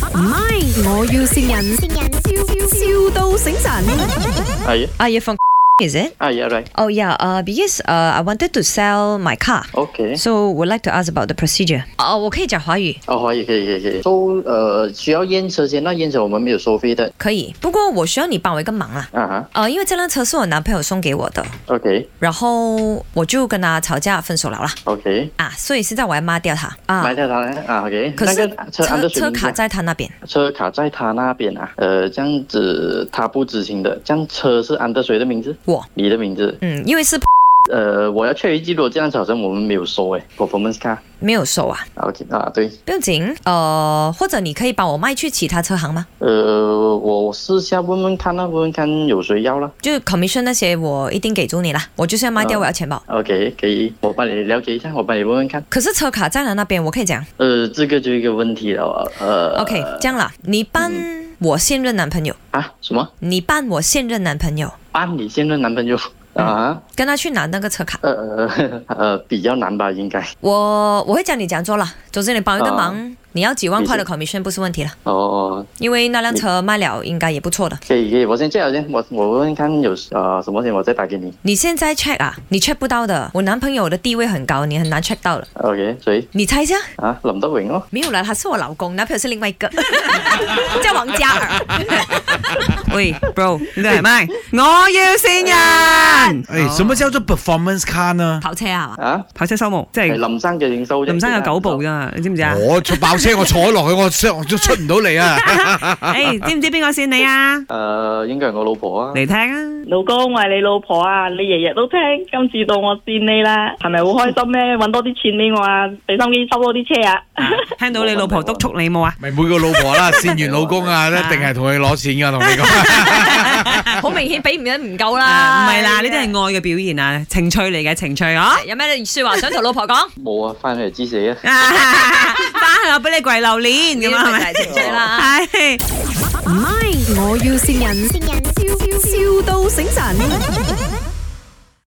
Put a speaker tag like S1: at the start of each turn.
S1: MY，我要善人，笑笑到醒神。
S2: Are you?
S3: Are you Ah, from is it?
S2: Ah, yeah, right.
S3: Oh yeah, uh, because uh, I wanted to sell my car.
S2: Okay.
S3: So would like to ask about the procedure. 哦、我可以讲华语，
S2: 哦，可以，可以，可以，可以。收呃，需要验车先，那验车我们没有收费的。
S3: 可以。不过我需要你帮我一个忙啦。
S2: 啊哈
S3: 呃，因为这辆车是我男朋友送给我的，
S2: ，OK，OK，、
S3: 然后我就跟他吵架分手了啦。啊，所以现在我要骂掉他啊
S2: 埋。掉它呢啊，OK。
S3: 可
S2: 那
S3: 是
S2: 个车安
S3: 车
S2: 德水
S3: 车
S2: 名
S3: 卡
S2: 下，
S3: 在他那边，
S2: 车卡在他那边啊。呃，这样子他不知情的，这样车是安德谁的名字？
S3: 我
S2: 你的名字？
S3: 嗯，因为是
S2: 呃，我要确认记录，这样子好像我们没有收诶，performance car。
S3: 没有收啊，
S2: OK 啊，对，
S3: 不用紧。呃，或者你可以帮我卖去其他车行吗？
S2: 呃，我私下问问看啊，问问看有谁要啦。
S3: 就是 commission 那些我一定给足你啦，我就是要卖掉，
S2: 嗯
S3: 我要钱包。
S2: OK，可以，我帮你了解一下，我帮你问问看。
S3: 可是车卡在了那边，我可以讲。
S2: 呃，这个就一个问题了啊，呃
S3: OK，这样啦，你扮
S4: 嗯
S3: 我现任男朋友，
S2: 啊，什么？
S3: 你扮我现任男朋友，
S2: 按你现任男朋友
S4: 嗯
S2: 啊？
S3: 跟他去拿那个车卡。
S2: 呃呃呃，比较难吧，应该。
S3: 我我会教你讲做啦，总之你帮我一个忙，
S4: 啊
S3: 你要几万块的
S2: 你
S3: commission 不是问题了，
S2: 哦，
S3: 因为那辆车卖了应该也不错的。
S2: 可以可以，我先这样先，我我问问看有呃什么先，我再打给你。
S3: 你现在 check 啊，你 check 不到的，我男朋友的地位很高，你很难 check 到的。
S2: OK，谁
S3: 你猜一下，
S2: 啊？林德荣哦。
S3: 没有啦，他是我老公，男朋友是另外一个， 叫王嘉尔。
S4: 喂，bro，你系咪？我要善人，
S5: 诶，哎什么叫做 performance car 呢？
S3: 跑车啊嘛，
S2: 啊，
S4: 哦跑車收務，即
S2: 係
S4: 係
S2: 林生嘅應收啫。
S4: 哎林生有九部㗎嘛，你知唔知啊？
S5: 我坐爆車，我坐落去，我出我都出唔到嚟啊！
S4: 诶，知唔知邊個善你啊？
S2: 呃，應該係我老婆啊。
S4: 嚟聽啊！
S6: 老公，我系你老婆啊！你日日都聽，今次到我見你啦，係咪好開心咧？搵多啲錢俾我啊，俾心機收多啲車啊！
S4: 聽到你老婆督促你冇啊？
S5: 咪每個老婆啦， 善完老公啊，一定係同佢攞錢㗎，同你講。
S3: 好明显俾唔唔够
S4: 啊
S3: 啦。
S4: 唔係啦，呢啲係愛嘅表現啊，情趣嚟嘅情趣啊！
S3: 有咩说话想同老婆讲？
S2: 冇啊，翻去支持啊。
S4: 啊翻去我俾 你跪榴蓮咁啊，係
S3: 呢啲
S4: 咪
S3: 咪就係情緒啦。
S4: 係。
S1: MY，我要善人，笑笑到醒神。